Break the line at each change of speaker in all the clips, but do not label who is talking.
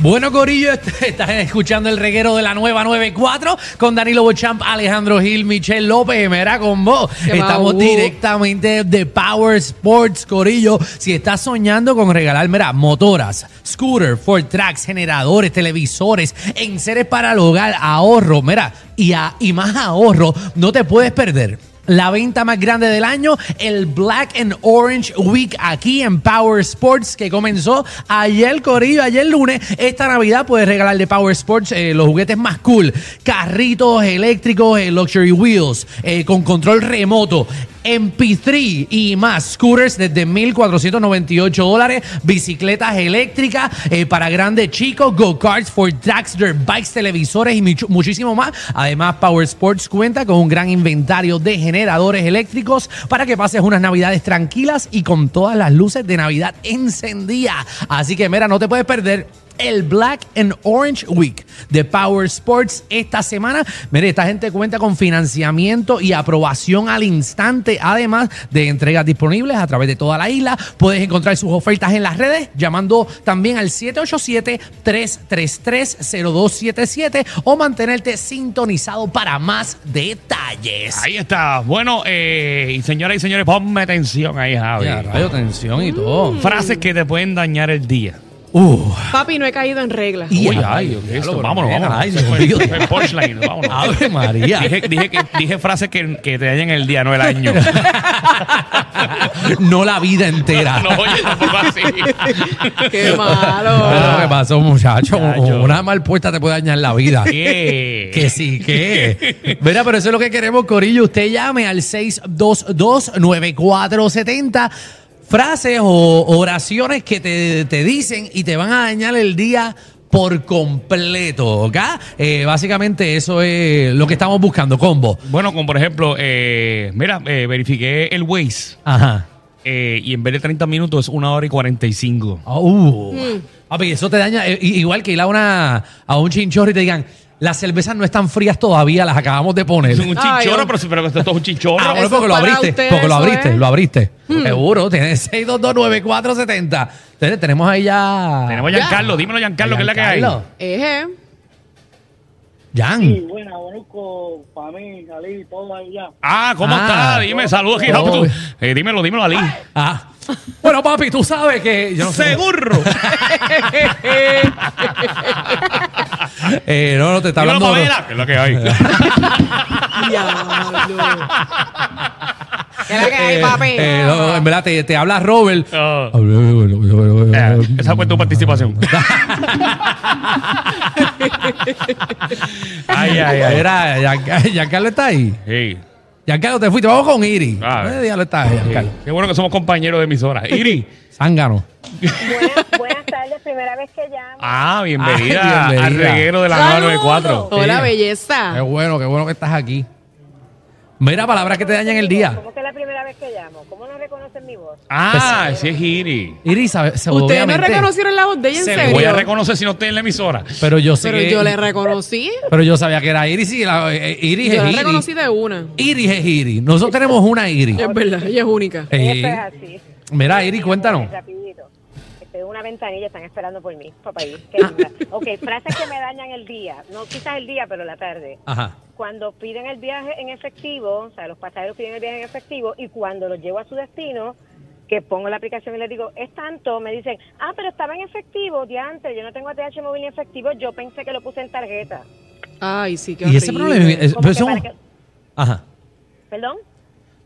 Bueno, Corillo, est- estás escuchando el reguero de la nueva 94 con Danilo Bochamp, Alejandro Gil, Michelle López, Mera con vos. Estamos
baú.
directamente de Power Sports, Corillo. Si estás soñando con regalar, mira, motoras, scooter, Ford Tracks, generadores, televisores, enseres para el hogar, ahorro, mira, y, a- y más ahorro, no te puedes perder. La venta más grande del año, el Black and Orange Week aquí en Power Sports, que comenzó ayer, Corillo, ayer lunes. Esta Navidad puedes regalarle Power Sports eh, los juguetes más cool, carritos eléctricos, eh, luxury wheels, eh, con control remoto, MP3 y más, scooters desde 1,498 dólares, bicicletas eléctricas eh, para grandes chicos, go-karts, for tracks, dirt bikes, televisores y mucho- muchísimo más. Además, Power Sports cuenta con un gran inventario de generadores eléctricos para que pases unas navidades tranquilas y con todas las luces de Navidad encendidas. Así que, mira, no te puedes perder. El Black and Orange Week de Power Sports esta semana. Mire, esta gente cuenta con financiamiento y aprobación al instante, además de entregas disponibles a través de toda la isla. Puedes encontrar sus ofertas en las redes, llamando también al 787-333-0277 o mantenerte sintonizado para más detalles.
Ahí está. Bueno, eh, y señoras y señores, ponme atención ahí, Javi.
Ya, rayo, tensión y todo.
Frases que te pueden dañar el día.
Uh,
Papi, no he caído en regla.
y
Uy,
ay,
Dios mío,
diablo,
esto,
pero
vámonos,
nena,
vámonos.
ay,
Eso
Dios
fue-
mío. Ah,
fue el punchline, vámonos.
Ave María.
Dije, dije que, dije frases que, que te dañan el día, no el año.
no la vida entera.
no, oye, tampoco así.
Qué
Pero lo que
malo.
pasó, muchacho?
Muchacho.
Una mal puesta te puede dañar la vida.
¿Qué?
Que sí, que. Mira, pero eso es lo que queremos, Corillo. Usted llame al 622-9470. Frases o oraciones que te, te dicen y te van a dañar el día por completo, ¿ok? Eh, básicamente eso es lo que estamos buscando, combo.
Bueno, como por ejemplo, eh, mira, eh, verifiqué el Waze
Ajá.
eh, y en vez de 30 minutos es una hora y 45.
Uh.
Mm.
Papi, eso te daña. eh, i- Igual que ir a, una, a un chinchorro y te digan, las cervezas no están frías todavía, las acabamos de poner.
Es un
Ay,
chinchorro,
oh.
pero, si- pero esto es un chinchorro.
Ah, bueno,
Eso
porque lo
es para
abriste,
usted,
porque lo
eso ¿eh? Mm.
abriste,
es.
lo abriste. Seguro, tienes 6229470. Entonces, tenemos ahí ya...
Tenemos a Giancarlo, dímelo Giancarlo, ¿qué es la que hay?
Giancarlo.
Eje.
Jan.
Sí, buena, Bonuco, para mí, Ali, todo allá.
Ah, ¿cómo
Ah.
estás? Dime, saludos, Gijón.
Oh.
Tú- eh, dímelo, dímelo, Ali.
Ah. Bueno, papi, tú sabes que... Yo no sé-
Seguro.
Eh, no, no, te está
Dímelo,
hablando...
Pamela. Que es lo que hay.
Diablo. ¿Qué es la que hay,
Eh,
papi?
eh, no, no, en verdad, te, te habla Robert.
Oh. Eh,
Eh,
Esa fue tu participación. ay, ay, ay.
Era, Gian- Giancarlo está ahí.
Ey.
Giancarlo, te fuiste. Vamos con Iri.
Ah.
Eh, diablo está ahí, Giancarlo.
Qué bueno que somos compañeros de emisora. Iri.
Zángano.
Buenas, buenas tardes, primera vez que llamo.
Ah, bienvenida,
Ay, bienvenida.
al reguero de la
Saludos.
994.
Hola,
Sí. Qué
belleza.
bueno, qué bueno que estás aquí. Mira, palabras que te dañan el día.
¿Cómo que es la primera vez que llamo? ¿Cómo no reconocen mi voz?
Ah, sí es Iri.
Iri, sabe- se-
Ustedes no
obviamente-
reconocieron la voz de ella, en
Se
serio.
Voy a reconocer si no estoy en la emisora.
Pero yo sé
Pero
que-
yo le reconocí.
pero yo sabía que era Iris y la, eh, Iris
Yo la
es
reconocí
Iris.
de una.
Iris es Iris. Nosotros tenemos una Iris.
Es verdad, ella es única.
Eh,
Eso es así.
mira, Iris, cuéntanos.
Rapidito. Estoy en una ventanilla, están esperando por mí, papá. y qué linda. ok, frases que me dañan el día. No quizás el día, pero la tarde.
Ajá.
Cuando piden el viaje en efectivo, o sea, los pasajeros piden el viaje en efectivo y cuando los llevo a su destino, que pongo la aplicación y les digo, es tanto, me dicen, ah, pero estaba en efectivo, diantre, yo no tengo ATH móvil ni efectivo, yo pensé que lo puse en tarjeta.
Ay, sí, qué
Y ese
horrible.
problema. es-
Como
pero
que
eso-
para que-
Ajá.
¿Perdón?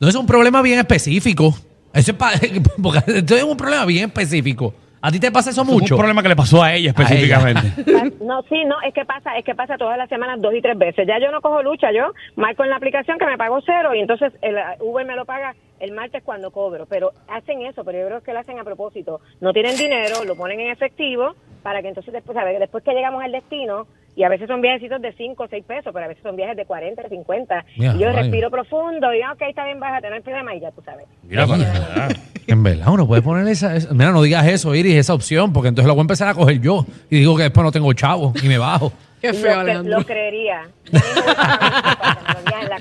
No es un problema bien específico. Eso es, pa- porque esto es un problema bien específico. ¿A ti te pasa eso
Mucho.
mucho?
Un problema que le pasó a ella específicamente.
No, sí, no, es que pasa, es que pasa todas las semanas dos y tres veces. Ya yo no cojo lucha, yo marco en la aplicación que me pago cero y entonces el eh, Uber me lo paga el martes cuando cobro, pero hacen eso, pero yo creo que lo hacen a propósito. No tienen dinero, lo ponen en efectivo para que entonces después, ¿sabes? después que llegamos al destino, y a veces son viajecitos de 5 o 6 pesos, pero a veces son viajes de 40, 50.
Ya,
y yo
rayos.
respiro profundo y, ah, ok, está bien, bájate, no hay problema, y ya tú sabes.
Mira para allá.
En verdad, uno puede poner esa, esa- Mira, no digas eso, Iris, esa opción, porque entonces la voy a empezar a coger yo. Y digo que después no tengo chavo y me bajo.
Qué
Lo
feo,
cre-
Alejandro.
Lo creería. Ya mismo voy a saber qué pasa, me lo digas en la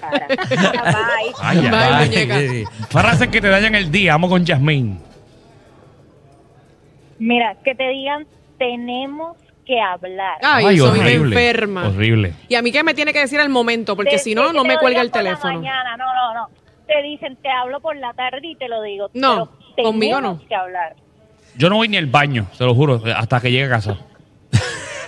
cara. Bye.
Vaya,
Bye,
vaya.
muñeca.
Iris.
Frases que te dañan el día. Vamos con Yasmín.
Mira, que te digan, tenemos que hablar.
Ay, eso a mí me enferma.
Horrible.
Y a mí que me tiene que decir al momento, porque
Te-
si no,
te-
no
te
me
lo
cuelga
digo
el
por la
teléfono.
mañana, no, no, no. Te dicen, te hablo por la tarde y te lo digo.
No,
pero
conmigo
tenemos
no.
que hablar.
Yo no voy ni al baño, se lo juro, hasta que llegue a casa.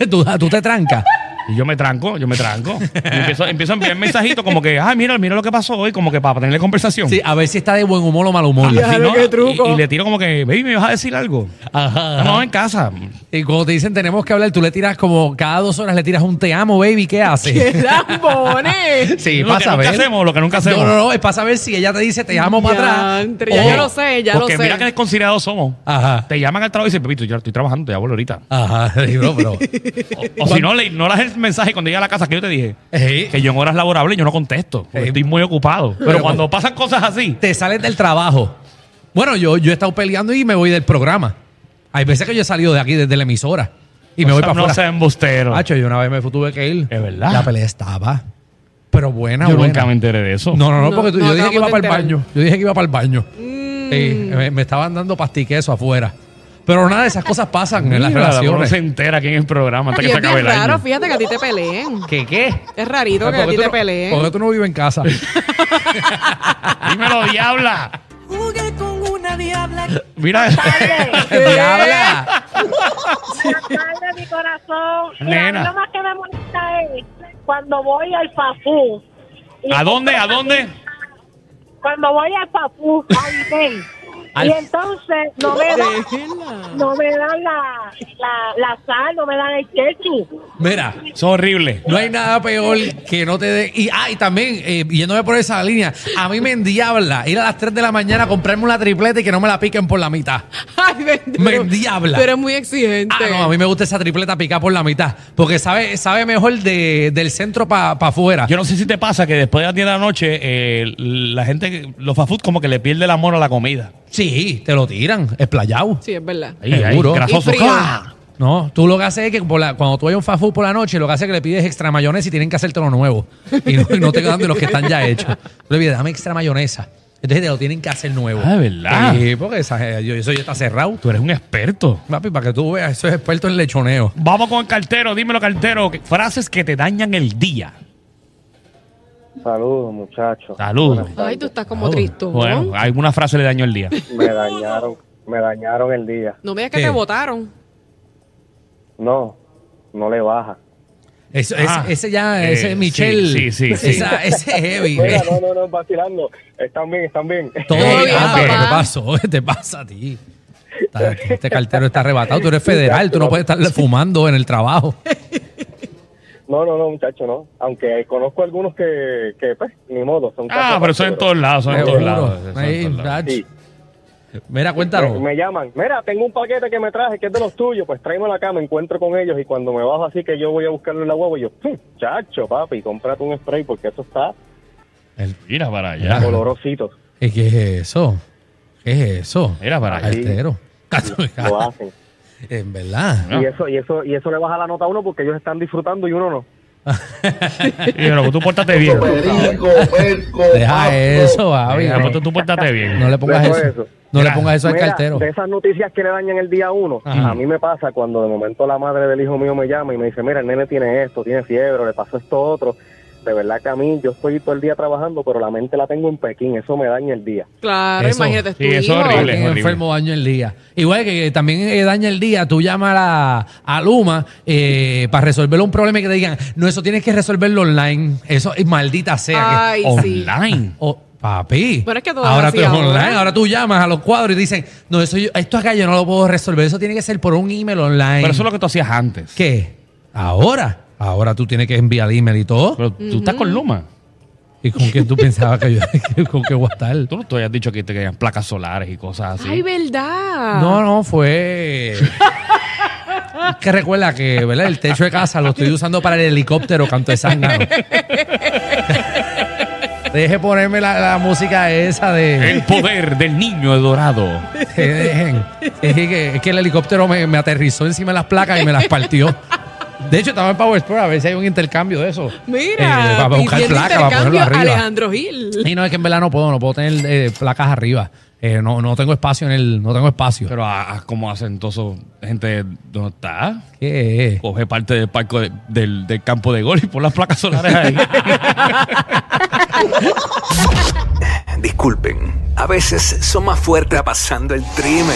tú, tú te trancas.
Y yo me tranco, yo me tranco. Y empiezo, empiezo a enviar mensajitos como que, ay, mira, mira lo que pasó hoy, como que para tenerle conversación.
Sí, a ver si está de buen humor o mal humor.
Y si
Diablo,
no,
qué
y-
truco.
Y, le tiro como que, baby, ¿me vas a decir algo?
Ajá.
No, no, en casa.
Y cuando te dicen tenemos que hablar, tú le tiras como cada dos horas le tiras un te amo, baby, ¿qué haces?
¡Lambones!
Sí,
Lo que
pasa a
nunca
ver.
hacemos, lo que nunca hacemos.
No, no, no, es para saber si ella te dice te amo para atrás.
Diantre, ya
o-
yo lo sé, ya
Porque
lo sé.
mira que desconsiderados somos.
Ajá.
Te llaman al trabajo y dicen, Pepito, yo estoy trabajando, ya vuelvo ahorita.
Ajá, digo, pero.
O, o si no, le ignoras el mensaje cuando llega a la casa que yo te dije.
Ey.
Que yo en horas laborables yo no contesto, porque
Ey.
estoy muy ocupado. Pero, cuando pasan cosas así,
te sales del trabajo. Bueno, yo, yo he estado peleando y me voy del programa. Hay veces que yo he salido de aquí, desde la emisora, y me voy para
no
afuera.
seas embustero.
Hacho, yo una vez me fu- tuve que ir.
Es verdad.
La pelea estaba. Pero buena,
yo
buena.
nunca me enteré de eso.
Ah, No, no, no,
No,
porque tú-
no,
yo dije que iba
acabamos
para
de
el baño. Yo dije que iba para el baño. Sí, me, me estaban dando pastiqueso afuera. Pero nada de esas cosas pasan en las
Mira, uno
relaciones.
se entera aquí en el programa hasta
y
que se
es
acabe
bien
el año.
raro, fíjate que a ti te peleen.
¿Qué qué?
Es rarito que a
Porque
ti
tú
te
no-
peleen.
porque tú no vives en casa.
Dímelo, diabla.
Jugué con una diabla.
Mira,
Diabla.
Buenas tardes, mi corazón. Mira,
Nena.
a mí lo más que me molesta es cuando voy al papú. Y
¿a dónde? ¿A dónde?
Cuando voy al papú, ahí ven.
Al-
Y entonces no me dan, no me dan la, la, la sal, no me dan el ketchup.
Mira,
Es horrible.
No hay nada peor que no te dé. Y, ah, y también, eh, yéndome por esa línea, a mí me endiabla ir a las 3 de la mañana a comprarme una tripleta y que no me la piquen por la mitad.
Ay, bendito.
Me endiabla.
Tú eres muy exigente.
Ah, no, a mí me gusta esa tripleta picada por la mitad, porque sabe, sabe mejor de- del centro para afuera.
Yo no sé si te pasa que después de las 10 de la noche, eh, la gente, los fast food como que le pierde el amor a la comida.
Sí, te lo tiran, es playado.
Sí, es verdad.
Ahí, ahí,
Seguro.
grasoso.
Y frío.
¡Ah!
No, tú lo que haces es que por la- cuando tú vayas a un fast food por la noche, lo que haces es que le pides extra mayonesa y tienen que hacértelo nuevo. Y no, y no te quedan de los que están ya hechos. Tú le pides, dame extra mayonesa. Entonces te lo tienen que hacer nuevo.
Ah, ¿de verdad?
Sí, porque esa- yo- eso ya está cerrado.
Tú eres un experto.
Papi, para que tú veas, eso es experto en lechoneo.
Vamos con el cartero, dímelo, cartero. que- Frases que te dañan el día.
Saludos, muchachos.
Saludos.
Ay, tú estás como
Ah,
tristón.
Bueno, alguna frase le dañó el día.
Me dañaron, me dañaron el día.
No me digas que
¿Qué?
te votaron.
No, no le baja.
Eso-
Ah,
ese, ese ya,
eh,
ese
sí,
es Michelle.
sí, sí, sí.
Esa- ese es heavy. eh.
Mira, no, no, no, vacilando. Están bien, están bien.
Todo
Todo
bien,
bien,
ah, pero
papá.
¿qué pasó? ¿Qué te pasa a ti? Está- Este cartero está arrebatado. Tú eres federal, tú no puedes estarle fumando en el trabajo.
No, no, no, muchachos, no. Aunque conozco algunos que, que pues, ni modo. Son
Ah, pero eso es en todos lados, eso es en todos
Seguro.
lados. eso es en
Ahí,
todos lados.
Nacho.
Sí.
Mira,
Me,
cuéntanos.
me llaman, mira, tengo un paquete que me traje, que es de los tuyos, pues tráemelo acá, me encuentro con ellos y cuando me bajo así que yo voy a buscarlo en la guagua, yo, "Pum, chacho, papi, cómprate un spray porque eso está
Mira para allá.
olorosito.
Eh, ¿Qué es eso? ¿Qué es eso?
Mira para allá.
Cartero.
Lo hacen.
en verdad.
No.
Y eso, y eso, y eso le baja la nota a uno porque ellos están disfrutando y uno no.
Pero tú pórtate bien.
Perico, perco,
Deja eso, Javi.
Mira,
No,
pues tú pórtate bien.
no le pongas
Dejo
eso.
eso.
No le
Mira,
pongas eso al
Mira,
cartero.
De esas noticias que le dañan el día a uno,
Ajá.
a mí me pasa cuando de momento la madre del hijo mío me llama y me dice, mira, el nene tiene esto, tiene fiebre, le pasó esto otro. De verdad que a mí yo estoy todo el día trabajando, pero la mente la tengo en Pekín, eso me daña el día.
Claro,
Eso.
imagínate, es tu
Sí, eso es
hijo.
horrible.
Alguien
horrible.
enfermo daño el día. Igual que eh, también eh, daña el día, tú llamas a, a Luma eh, para resolver un problema y que te digan, no, eso tienes que resolverlo online. Eso es maldita sea. que-
Ay, sí.
Online.
Oh, papi.
Pero es que todo es
ahora
así
tú es
ahora.
online, ahora tú llamas a los cuadros y dicen, no, eso yo- esto acá yo no lo puedo resolver, eso tiene que ser por un email online.
Pero eso es lo que tú hacías antes.
¿Qué? Ahora, ahora tú tienes que enviar email y todo.
Pero tú estás con Luma.
¿Y con quién tú pensabas que yo con qué guatal?
Tú no te habías dicho que te querían placas solares y cosas así.
Ay, verdad.
No, no, fue. Es que recuerda que, ¿verdad? El techo de casa lo estoy usando para el helicóptero, canto de zángano. Deje ponerme la, la música esa de.
El poder del niño dorado.
de- dejen. Es que, es que el helicóptero me, me aterrizó encima de las placas y me las partió. De hecho, estaba en Power Sport a ver si hay un intercambio de eso.
Mira,
Eh, para buscar
pidiendo
placas, para ponerlo
intercambio
arriba.
Alejandro Gil.
Y no, es que en verdad no puedo, no puedo tener eh, placas arriba. Eh, no, no tengo espacio en el. No tengo espacio.
Pero a, a- como acentoso, gente, ¿dónde está?
¿Qué es?
Coge parte del parco de- del, del campo de gol y pon las placas solares ahí.
Disculpen, a veces son más fuertes pasando el trimen.